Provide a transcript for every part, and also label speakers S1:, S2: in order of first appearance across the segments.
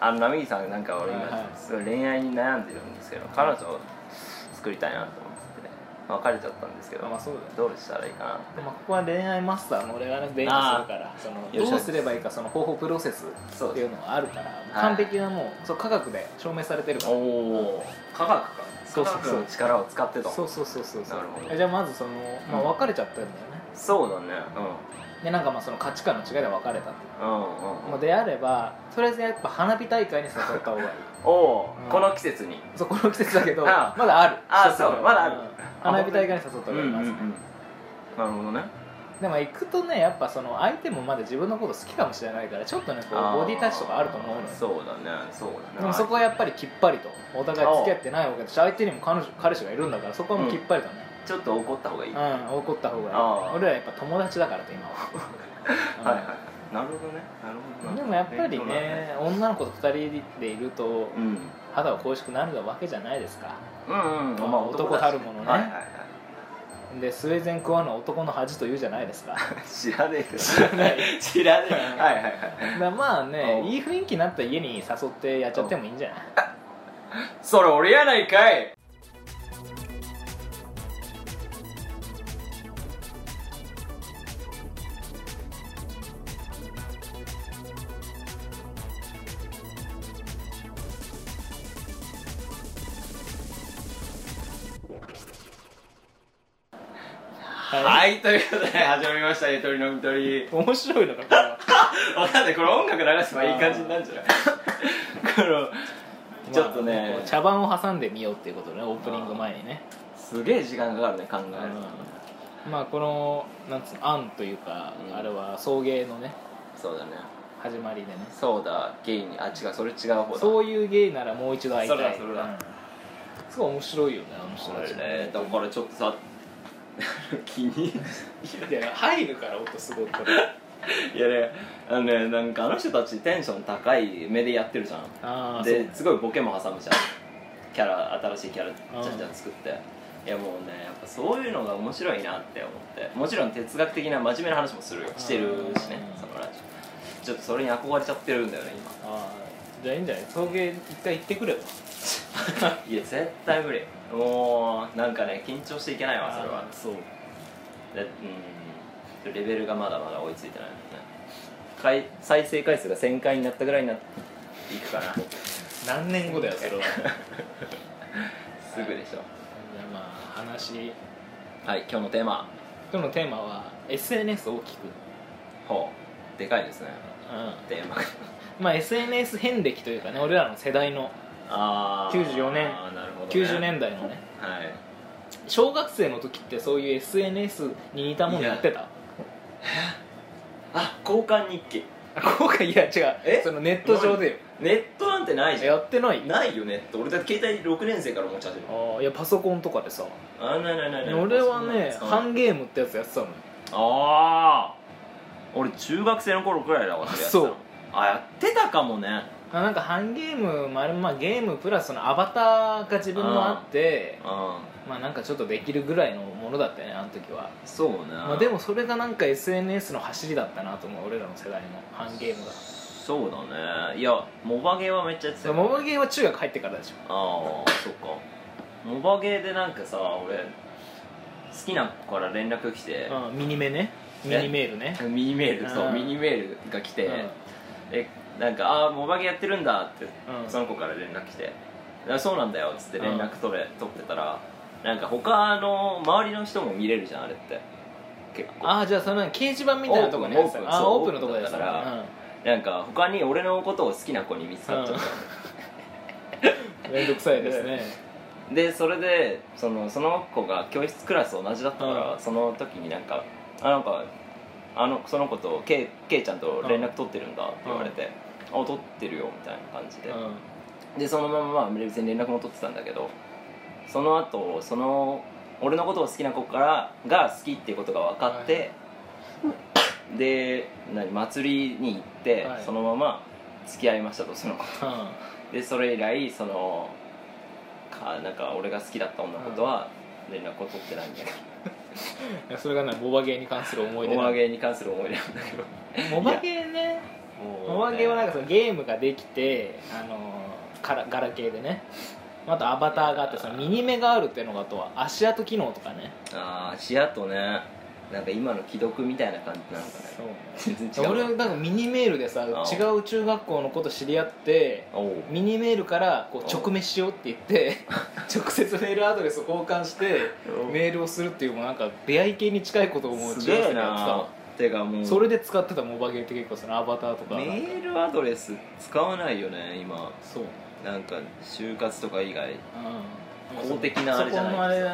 S1: あの波木さんなんか俺
S2: はいは
S1: 今
S2: い
S1: すごい恋愛に悩んでるんですけど彼女を作りたいなと思ってて別れちゃったんですけど
S2: まあそうだね
S1: どうしたらいいかなって
S2: まあ、ここは恋愛マスターの俺がね勉強するからその
S1: よろしく
S2: どうすればいいかその方法プロセスっていうのはあるから完璧なもうそう科学で証明されてるから
S1: おお科学か科
S2: そうそうそう
S1: 学の力を使ってと
S2: そうそうそうそうそう
S1: なるほど
S2: えじゃあまずその、まあ、別れちゃったんだよね、
S1: そうだね
S2: でなんかまあその価値観の違いで別れたって
S1: うんうんうん
S2: まあ、であればとりあえずやっぱ花火大会に誘った方 がいい
S1: おお
S2: うん
S1: ーこの季節に
S2: そうこの季節だけど
S1: ああ
S2: まだある
S1: ああそう
S2: れ
S1: まだある
S2: うん花火大会に誘った方がいいまず、
S1: なるほどね
S2: でも行くとねやっぱその相手もまだ自分のこと好きかもしれないからちょっとねこ
S1: あ
S2: うボディタッチとかあると思うのよ
S1: そうだねそうだね
S2: でもそこはやっぱりきっぱりとお互い付き合ってないわけだし相手にも彼女彼氏がいるんだからそこはもうきっぱりとね、
S1: ちょっと怒った方がいい、
S2: うん怒った方がいい
S1: ああ
S2: 俺らやっぱ友達だからと今は、うん
S1: はいはいはいなるほどねなるほどな
S2: でもやっぱり
S1: 勉強
S2: ね
S1: になる
S2: 女の子と2人でいると
S1: うん
S2: 肌が恋しくなるわけじゃないですか
S1: うんうん
S2: まあ
S1: だし
S2: 男たるものね
S1: はいはいはい
S2: でスウェーデン食わぬ男の恥と言うじゃないで すか
S1: 知らねえけど知らない知らねえはいはいはい
S2: だからまあね
S1: おう
S2: いい雰囲気になった家に誘ってやっちゃってもいいんじゃない
S1: それ俺やないかい
S2: は
S1: はい、ということで始まりました「ゆとりのみとり
S2: い 面白いのかこれは」
S1: 分かんないこれ音楽流せばいい感じになるんじゃないこの ちょっとね
S2: まあ茶番を挟んでみようっていうことねオープニング前にね
S1: すげえ時間かかるね考えるの
S2: うんまあこのなんつうの案というか、
S1: うん
S2: あれは送迎のね
S1: そうだね
S2: 始まりでね
S1: そうだゲイにあ違うそれ違う方だ
S2: そういう芸ならもう一度会いたい
S1: それだそれだ
S2: うんすごい面白いよねあの人
S1: こ
S2: た
S1: れ
S2: ち
S1: ねだからちょっとさ 気に
S2: いや入るから音すごくこれ
S1: いやねあのねなんかあの人たちテンション高い目でやってるじゃん
S2: ああそう
S1: ですごいボケも挟むじゃんキャラ新しいキャラちゃんちゃん作っていやもうねやっぱそういうのが面白いなって思ってもちろん哲学的な真面目な話もするよしてるしね
S2: うん
S1: そのラジオちょっとそれに憧れちゃってるんだよね
S2: あーじゃあいいんじゃない送迎一回行ってくれば
S1: 今いや絶対無理もうなんかね緊張していけないわそれは
S2: あーそう
S1: でうんレベルがまだまだ追いついてないもんね回再生回数が1000回になったぐらいになっていくかな
S2: 何年後だよそれ はじゃ
S1: すぐでしょ
S2: あまあ話
S1: はい今日のテーマ
S2: 今日のテーマは SNS 大きく、う
S1: ほうでかいですね
S2: ん、
S1: テーマ
S2: まあ SNS 遍歴というかね俺らの世代の
S1: あー
S2: 94年
S1: あーなるほど、ね、
S2: 90年代のね
S1: はい
S2: 小学生の時ってそういう SNS に似たものやってた
S1: あ交換日記
S2: 今回いや違
S1: え
S2: うそのネット上で
S1: ネットなんてないじゃ
S2: やってない
S1: んないよネット俺だって携帯6年生から持ち始め
S2: あーいやパソコンとかでさ
S1: たあないないないない
S2: 俺はね
S1: そんな
S2: ハ
S1: の
S2: ンゲームってやつやってたのよ
S1: 使わないああ俺中学生の頃くらいだわれやってたの
S2: そう
S1: あやってたかもね
S2: あなんかハンゲーム、まあ、あれもまあゲームプラスそのアバターが自分もあって
S1: うん
S2: まあなんかちょっとできるぐらいのものだったよねあの時は
S1: そうね
S2: まあ、でもそれがなんか SNS の走りだったなと思う俺らの世代のハンゲームが
S1: そうだねいやモバゲーはめっちゃやってた
S2: で
S1: よ
S2: もモバゲーは中学入ってからでしょ
S1: ああそっかモバゲーでなんかさ俺好きな子から連絡来て、
S2: うんミニメねミニメールね
S1: ミニメールそう
S2: うん
S1: ミニメールが来て、
S2: うん
S1: えなんか「ああモバゲーやってるんだ」って、
S2: うん
S1: その子から連絡来て「あそうなんだよ」っつって連絡取れ、取ってたらなんか他の周りの人も見れるじゃんあれって結構
S2: ああじゃあその掲示板みたいなとこにやって
S1: オ
S2: た
S1: ープン
S2: あー
S1: そう
S2: オープンのとこやってた
S1: オープンだからなんか他に俺のことを好きな子に見つかっちゃった、
S2: うんめんどくさいですね
S1: でそれでそのその子が教室クラス同じだったから、
S2: うん
S1: その時になんか「あなんかあのその子とけいけいちゃんと連絡取ってるんだ」って言われて「あ取ってるよ」みたいな感じで、
S2: う
S1: でそのまままあ別に連絡も取ってたんだけどその後その俺のことを好きな子からが好きっていうことが分かって、で何祭りに行って、
S2: はい
S1: そのまま付き合いましたとその子
S2: んうん
S1: でそれ以来そのかなんか俺が好きだった女の子とは連絡を取ってないんだけ
S2: いやそれがねモバゲーに関する思い
S1: ど
S2: 出
S1: モ
S2: な
S1: バ
S2: の
S1: ゲーに関する思い出なんだけど
S2: モバゲーね
S1: も
S2: モバゲーはなんかそのゲームができてあのからガラケーでねあとアバターがあってそのミニ目があるっていうのがあとは足跡機能とかね
S1: ああシアとねなんか今の既読みたいな感じなのかね
S2: そう
S1: 全然違う
S2: 俺なんかミニメールでさ
S1: ああ
S2: 違う中学校の子と知り合って
S1: おう
S2: ミニメールからこう直メしようって言って 直接メールアドレスを交換してメールをするっていうもうなんか出会い系に近いことをもう
S1: す
S2: 中学
S1: げ
S2: 生
S1: え
S2: でやってたわ
S1: なてかもう
S2: それで使ってたモバゲーって結構そのアバターとか
S1: メールアドレス使わないよね今
S2: そうね
S1: なんか就活とか以外
S2: うん
S1: 公的なあれじゃない
S2: そこのあれ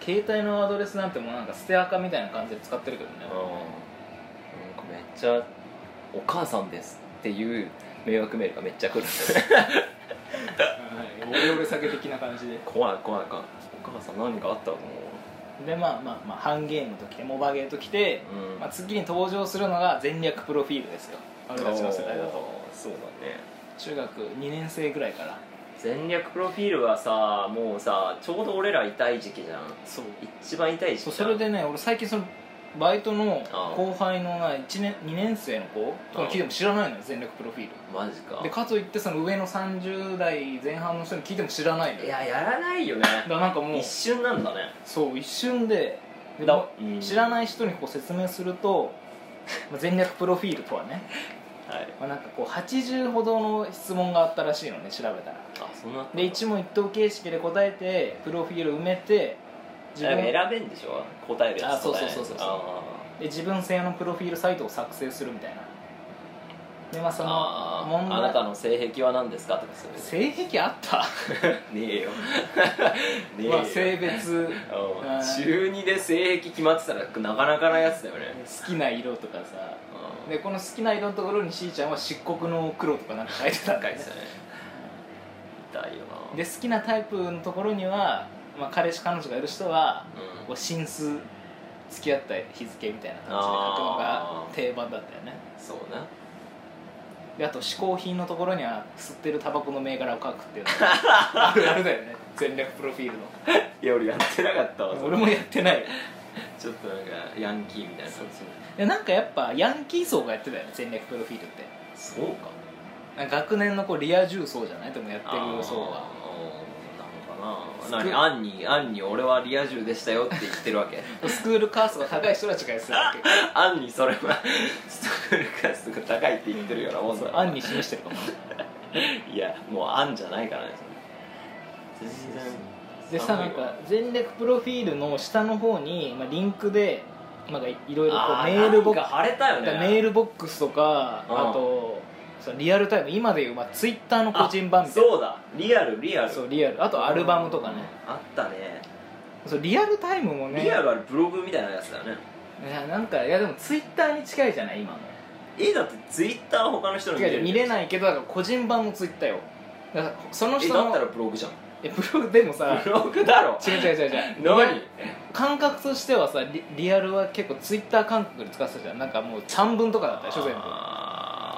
S2: 携帯のアドレスなんてもうなんか捨て垢みたいな感じで使ってるけどね
S1: うんなんかめっちゃ「お母さんです」っていう迷惑メールがめっちゃ来る
S2: うんオレオレ酒的な感じで
S1: 怖い怖い怖いお母さん何かあったと思う
S2: でまあまあまあハンゲームときてモバゲーときて、
S1: うん
S2: まあ、次に登場するのが全略プロフィールですよ俺たちの世代だ
S1: お
S2: と
S1: ーそうだね
S2: 中学2年生ぐらいから
S1: 全略プロフィールはさもうさちょうど俺ら痛い時期じゃん
S2: そう
S1: 一番痛い時
S2: そ
S1: 期じ
S2: うそ
S1: ゃん
S2: れでね俺最近そのバイトの
S1: ああ
S2: 後輩のな一年2年生の子とか聞いても知らないのよ全力プロフィール
S1: マジか
S2: でかといってその上の30代前半の人に聞いても知らないのよ
S1: いややらないよね
S2: だからなんかもう
S1: 一瞬なんだね
S2: そう一瞬でで
S1: だ
S2: も
S1: うん
S2: 知らない人にこう説明するとまあ全略プロフィールとはね、
S1: はい
S2: まあ、なんかこう80ほどの質問があったらしいのね調べたら
S1: あそんなあったんだ
S2: で一問一答形式で答えてプロフィール埋めて自分で
S1: 選べんでしょ答えるやつ
S2: あそうそうそうそうそう
S1: あ
S2: 自分専用のプロフィールサイトを作成するみたいなでまあそ
S1: ー
S2: の
S1: あ
S2: 問
S1: ーあなた
S2: 題
S1: の性癖は何ですかとかそういう
S2: 性癖あった、
S1: ね えよねえよ、
S2: まあ、性別
S1: うん
S2: あー
S1: 中2で性癖決まってたらなかなかなやつだよね
S2: 好きな色とかさ
S1: うん
S2: でこの好きな色のところにしーちゃんは漆黒の黒とかなんか書いてたんだ
S1: 高いで
S2: よね
S1: すよね痛いよな
S2: で好きなタイプのところには、まあ、彼氏彼女がいる人は
S1: うん
S2: こう新数付き合った日付みたいな感じで書くのが
S1: あー
S2: 定番だったよね
S1: そうな
S2: であと嗜好品のところには吸ってるタバコの銘柄を書くっていうのがあるあるだよね全略プロフィールの
S1: いや俺やってなかったわそれ
S2: 俺もやってないよ
S1: ちょっとなんかヤンキーみたいな感じ
S2: でなんかやっぱヤンキー層がやってたよね全略プロフィールって
S1: そうか
S2: なんか学年のこうリア充層じゃないでもやって
S1: あー
S2: る層が
S1: うんなのかな何アンにアンに俺はリア充でしたよって言ってるわけ
S2: スクールカーストが高い人たちがやってたわけ
S1: アンにそれは ストールカーストが高いって言ってるようなもんだ
S2: 案に示してるかも
S1: いやもうアンじゃないからねそれ
S2: で
S1: 全然
S2: さなんか全略プロフィールの下の方に、まあ、リンクでなんかいろいろこう
S1: あ
S2: メールボッ
S1: なん
S2: ク
S1: か腫れたよ
S2: ス、
S1: ね
S2: メールボックスとか
S1: うん
S2: あとそのリアルタイム今でいう、まあ、ツイッターの個人版みたいな
S1: そうだリアルリアル
S2: そうリアルあとアルバムとかね
S1: あったね
S2: そうリアルタイムもね
S1: リアルあれブログみたいなやつだよね
S2: いやなんかいやでもツイッターに近いじゃない今の
S1: えだってツイッター他の人の
S2: 違う違う見れ
S1: い
S2: ないけどだから個人版のツイッターよだからその
S1: え
S2: 人
S1: だったら
S2: の
S1: ブログじゃん
S2: えブログでもさ
S1: ブログだろ
S2: 違う違う違う違う
S1: 何
S2: 感覚としてはさリリアルは結構ツイッター感覚で使ってたじゃんなんかもう短文とかだったでしょ全部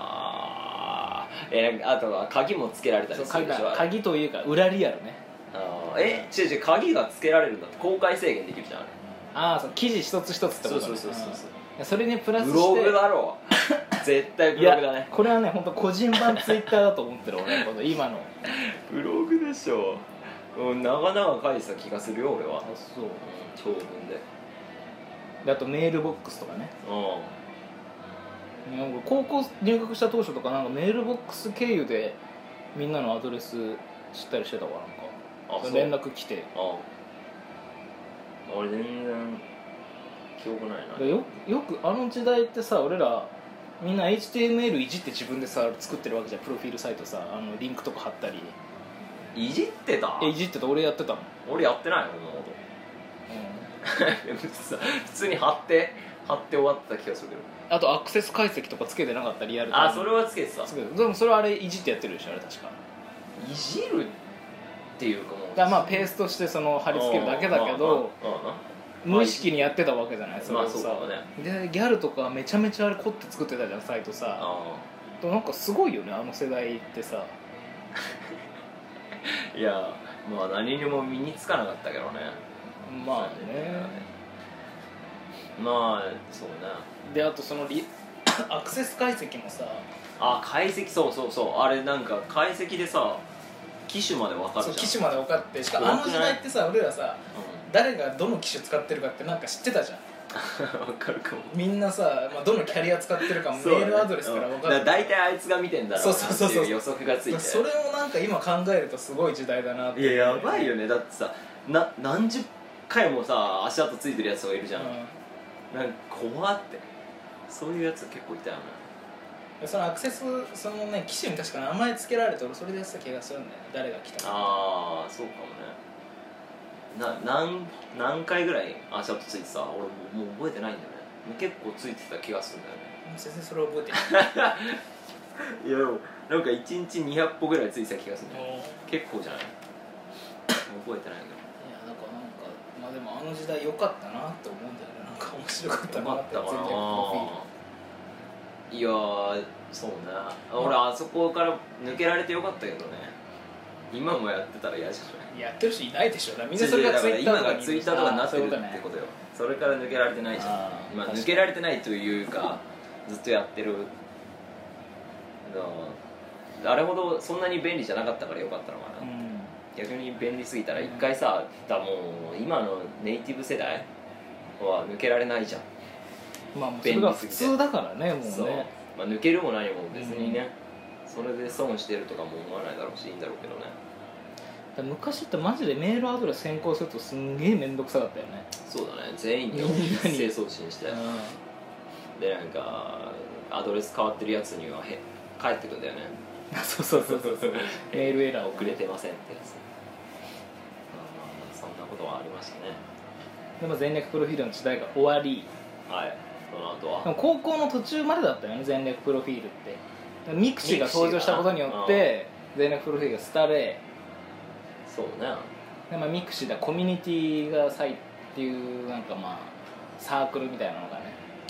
S1: あーえなんかあとは鍵もつけられた
S2: そ
S1: り
S2: う
S1: する
S2: 鍵
S1: でしょあれ
S2: 鍵というか裏リアルね
S1: あーえ違う違う鍵がつけられるんだって公開制限できるじゃんあれ
S2: ああそう記事一つ一つってことだ
S1: そ
S2: ね
S1: うそうそうそうそうん
S2: それにプラスし
S1: ブ
S2: て
S1: ログだろ 絶対ブ
S2: い
S1: ロ
S2: や
S1: グだね
S2: これはね本当個人版ツイッターだと思ってる俺この今の
S1: ブログでしょうん長々書いてた気がするよ俺は
S2: そう
S1: 長文で
S2: であとメールボックスとかね
S1: う
S2: なんか高校入学した当初とかなんかメールボックス経由でみんなのアドレス知ったりしてたわなん
S1: あそ
S2: か
S1: う
S2: 連絡来て
S1: あ俺全然記憶ないな
S2: よよくあの時代ってさ俺らみんな HTML いじって自分でさ作ってるわけじゃんプロフィールサイトさあのリンクとか貼ったり
S1: いじってた
S2: えいじってた俺やってたもん、
S1: 俺やってないよそんなこと でもさ普通に貼って貼って終わってた気がするけど
S2: あとアクセス解析とかつけてなかったリアルタイム
S1: あそれはつけてたい
S2: つけてでもそれはあれいじってやってるでしょあれ確か
S1: じるっていうかもう
S2: だからまあペースとしてその貼り付けるだけだけど
S1: うんうんうんうん
S2: 無意識にやってたわけじゃないそれをさ
S1: まあそうだ
S2: でギャルとかめちゃめちゃあれ凝って作ってたじゃんサイトさ
S1: あ
S2: でもなんかすごいよねあの世代ってさ
S1: あいやまあ何にも身につかなかったけどね
S2: まあね
S1: まあそうね
S2: であとそのリアクセス解析もさ
S1: あ解析そうそうそうあれなんか解析でさ機種まで分かるじ
S3: そ
S1: ゃ
S3: うん機種まで分かってしかもあ
S1: 怖
S3: の
S1: く
S3: 時
S1: ない
S3: 代ってさ俺らさ誰がどの機種使ってるかってなんか知ってたじゃん
S1: うん、 分かるかも
S3: みんなさ、まあ、どのキャリア使ってるか もメールアドレスから分かる
S1: だ大体あいつが見てんだろうなって
S3: そうそうそう
S1: い
S3: そう
S1: う予測がついて
S3: それもなんか今考えるとすごい時代だなって
S1: い
S3: い
S1: ややばいよねだってさな何十回もさ足跡ついてるやつがいるじゃん、
S3: う
S1: なんか怖ってそういうやつ結構いたよね
S3: ん、そのアクセスそのね機種に確か名前付けられて俺それでやってた気がするんだよね誰が来たか
S1: ああそうかもねな何何回ぐらい足跡ついてた俺もうもう覚えてないんだよね結構ついてた気がするんだよね
S3: 先生それ覚えてる
S1: いやでもなんか1日200歩ぐらいついてた気がする
S3: いや
S1: ね結構じゃない覚えてない
S3: だ
S1: け
S3: からなんかまあでもあの時代良かったなって思うんだよねなんか面白かった
S1: どよ
S3: な
S1: か
S3: っ
S1: ってたか
S3: ついてるプロフィール
S1: ないやーそうね俺あそこから抜けられてよかったけどね今もやってたら嫌じゃない
S3: やってる人いないでしょだからみんなそれがツイッター
S1: だ
S3: と
S1: か
S3: から
S1: 今
S3: に
S1: がツイッターとかになってるっ
S3: あーそうい
S1: て
S3: う
S1: こ
S3: こと
S1: よそれから抜けられてないじゃん
S3: あー
S1: ま
S3: 確
S1: あ、
S3: かに
S1: 抜けられてないというかずっとやってるあのあれほどそんなに便利じゃなかったからよかったのかな、
S3: ね
S1: 逆に便利すぎたら一回さだもう今のネイティブ世代は抜けられないじゃん
S2: うんまあもうそれが普通だからねもうね
S1: そう、まあ、抜けるも何も別にね、それで損してるとかも思わないだろうしいいんだろうけどね
S2: だから昔ってマジでメールアドレス変更するとすんげえ面倒くさかったよね、
S1: そうだね全員に
S2: みんなに
S1: 一斉送信して
S2: う
S1: でなんかアドレス変わってるやつにはへ帰ってくんだよね
S2: ん、 そうそうそうそうそうメールエラーを
S1: 遅れてませんってやつまあまあまあそんなことはありましたね
S2: でも全略プロフィールの時代が終わり
S1: はいその後
S2: で
S1: は
S2: も高校の途中までだったよね全略プロフィールってでミクシーが登場したことによって全略プロフィールが廃れ
S1: そうね
S2: で、まあ、ミクシーだコミュニティがサイっていうなんかまあサークルみたいなのがね、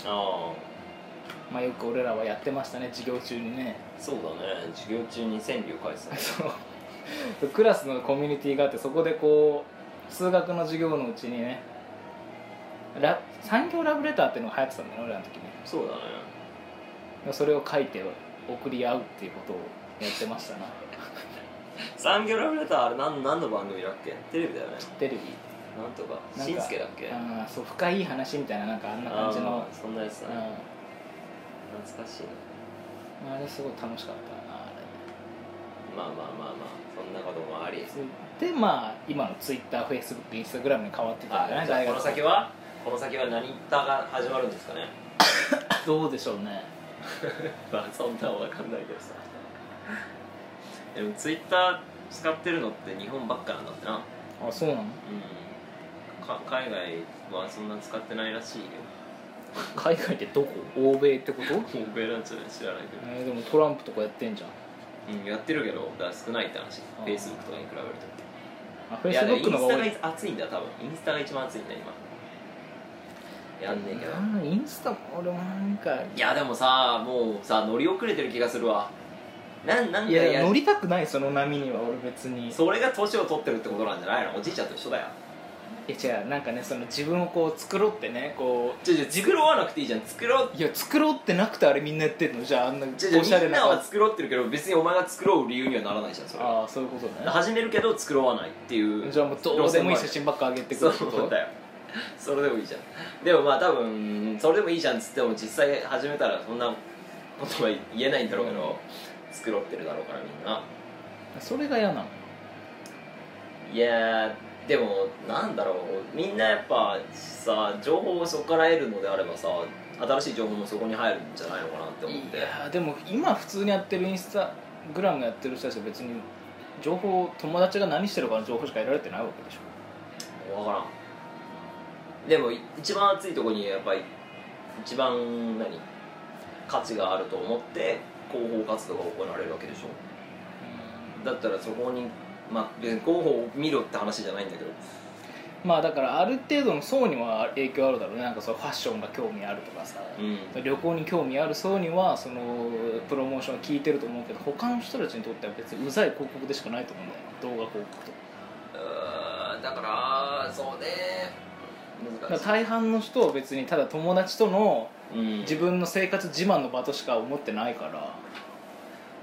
S1: ああ
S2: まあ、よく俺らはやってましたね授業中にね
S1: そうだね授業中に川柳返す
S2: そうクラスのコミュニティがあってそこでこう数学の授業のうちにねラ産業ラブレターっていうのが流行ってたんだよね俺らの時ね
S1: そうだね
S2: それを書いて送り合うっていうことをやってましたな
S1: 産業ラブレターあれ何何の番組だっけテレビだよね
S2: テレビ
S1: なんとか
S2: なんか
S1: しんすけだっけあ
S2: あーそう深い話みたいななんかあんな感じの
S1: ーそんなやつだ
S2: う
S1: ね
S2: ん
S1: 懐かしいな
S2: あれすごい楽しかったなあ
S1: まあまあまあまあそんなこともあり
S2: れでまあ今のツイッターフェイスブックインスタグラムに変わってたんじゃな
S1: あ
S2: い
S1: じゃあ
S2: 大
S1: こ
S2: 学
S1: の先はこの先は何タが始まるんですかね
S2: どうでしょうね
S1: まあそんなんわかんないけどさ でもツイッター使ってるのって日本ばっかなんだってな
S2: あそうなの
S1: うんか海外はそんな使ってないらしいよ
S2: 海外ってどこ欧米ってこと
S1: 欧米なんじゃない知らないけど、
S2: えーでもトランプとかやってんじゃん
S1: うん、やってるけどだから少ないって話
S2: あー
S1: フェイスブックとかに比べる
S2: あフ
S1: と
S2: ェ
S1: い
S2: イ
S1: や
S2: ス
S1: で
S2: ブ
S1: もイ
S2: ッ
S1: ン
S2: クの
S1: スタ
S2: 方が多
S1: が
S2: い
S1: 一熱いんだよ多分インスタが一番熱いんだよ今やんねえけど
S2: あインスタも俺もなんか
S1: いやでもさもうさ乗り遅れてる気がするわなんなんか
S2: いや乗りたくないその波には俺別に
S1: それが年を取ってるってことなんじゃないのおじいちゃんと一緒だよ
S2: いや違うなんかねその自分をこう作ろうってねこ
S1: じゃじゃ作ろうなくていいじゃん作ろう
S2: ういや作ろうってなくてあれみんなやってんのじゃああんな
S1: じゃじゃ
S2: おしゃ
S1: み
S2: れ
S1: ん
S2: な
S1: なは作ろうってるけど別にお前が作ろう理由にはならないじゃんそれ
S2: ああそういうことね
S1: 始めるけど作ろうはないっていう
S2: じゃあもうどうでもいい写
S1: 路線
S2: 真ばっか上げてく
S1: もあ
S2: る
S1: る
S2: って
S1: そ
S2: こ
S1: う
S2: と
S1: だよそれでもいいじゃんでもまあ多分それでもいいじゃんっつっても実際始めたらそんなことは言えないんだろうけど作ろうってるだろうからみんな
S2: それが嫌なの
S1: いやーでもなんだろうみんなやっぱさ情報をそこから得るのであればさ新しい情報もそこに入るんじゃないのかなって思って
S2: いやでも今普通にやってるインスタグラムやってる人たちは別に情報友達が何してるかの情報しか得られてないわけでしょ
S1: 分からんでもい一番熱いとこにやっぱり一番何価値があると思って広報活動が行われるわけでしょだったらそこにまあ別に広報を見ろって話じゃないんだけど
S2: まあだからある程度の層には影響あるだろうねなんかそのファッションが興味あるとかさ、
S1: うん
S2: 旅行に興味ある層にはそのプロモーションを聞いてると思うけど他の人たちにとっては別にうざい広告でしかないと思うんだよ動画広告と
S1: うーんだからそうね
S2: だか
S1: 難
S2: ら
S1: しい
S2: 大半の人は別にただ友達との
S1: うん
S2: 自分の生活自慢の場としか思ってないから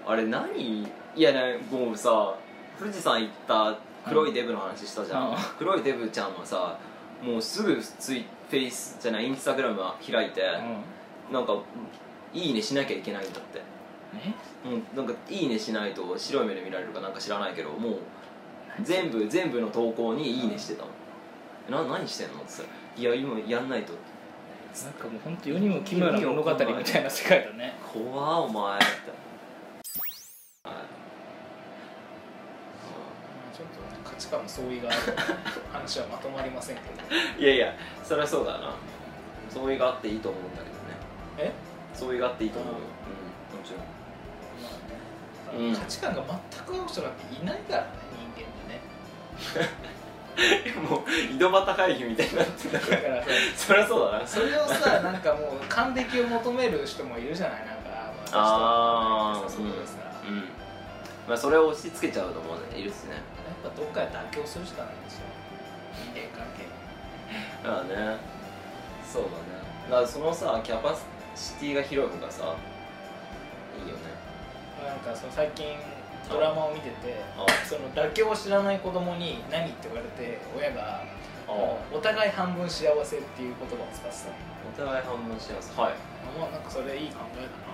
S1: あれ何いやねもうさ富士山行った黒いデブの話したじゃん、
S4: うん
S1: 黒いデブちゃんはさもうすぐツイフェイスじゃないインスタグラム開いて、なんか「いいね」しなきゃいけないんだって
S4: え
S1: もうなんか「いいね」しないと白い目で見られるかなんか知らないけどもう全部全部の投稿に「いいね」してたもん、な何してんのって言ったら「いや今やんないと」
S4: なんかもう本当世にも奇妙な物語みたいな世界だね
S1: 怖っお前って
S2: ちょっと価値観の相違がある話はまとまりませんけど
S1: いやいやそりゃそうだな相違があっていいと思うんだけどね
S2: え
S1: 相違があっていいと思うよ
S2: う
S1: うんもちろん
S2: まあね
S1: うん
S2: 価値観が全く合う人なんていないからね人間にね
S1: もう井戸端会議みたいになってた
S2: だからさ
S1: そりゃそうだな
S2: それをさなんかもう還暦を求める人もいるじゃないなんか
S1: あー
S2: 私とかなんかさそこでさ、
S1: うんまあそれを押し付けちゃうと思うねいるしね
S2: やっぱどっかで妥協するしかないんですよ人間関係
S1: ああねそうだねだからそのさキャパシティが広い方がさいいよね
S2: なんかその最近ドラマを見てて
S1: あ
S2: その妥協を知らない子供に何って言われて親が
S1: あ
S2: も
S1: お
S2: うお互い半分幸せっていう言葉を使ってたの
S1: 互い反応しますはい
S2: まあなんかそれいい考えだな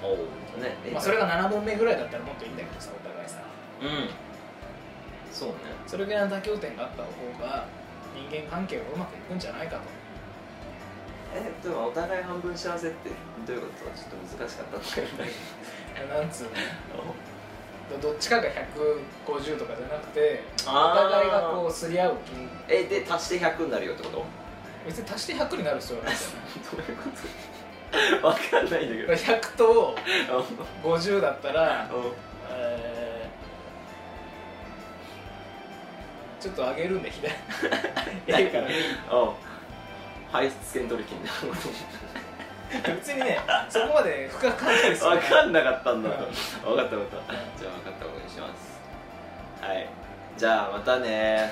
S1: おおね
S2: まあ、それが7本目ぐらいだったらもっといいんだけどさお互いさ
S1: うんそうね
S2: それぐらいの妥協点があった方が人間関係がうまくいくんじゃないかと
S1: えでもお互い半分幸せってどういうことちょっと難しかったとか言うんだけ
S2: なんつうの
S1: ど
S2: どどっちかが150とかじゃなくてお
S1: あー
S2: 互いがこうすり合う気
S1: えで足して100になるよってことど
S2: 別に足して100になる必要はないですよ
S1: ういうことわかんないんだけど
S2: 100と
S1: あ
S2: 50だったら、
S1: の
S2: えーちょっと上げるん で左左から右
S1: あ排出権取引になるこ
S2: 別にねそこまで深く考える必
S1: と
S2: 要は
S1: わ
S2: ない
S1: かんなかったんだ分かった分かったじゃあ分かったことにしますはいじゃあまたね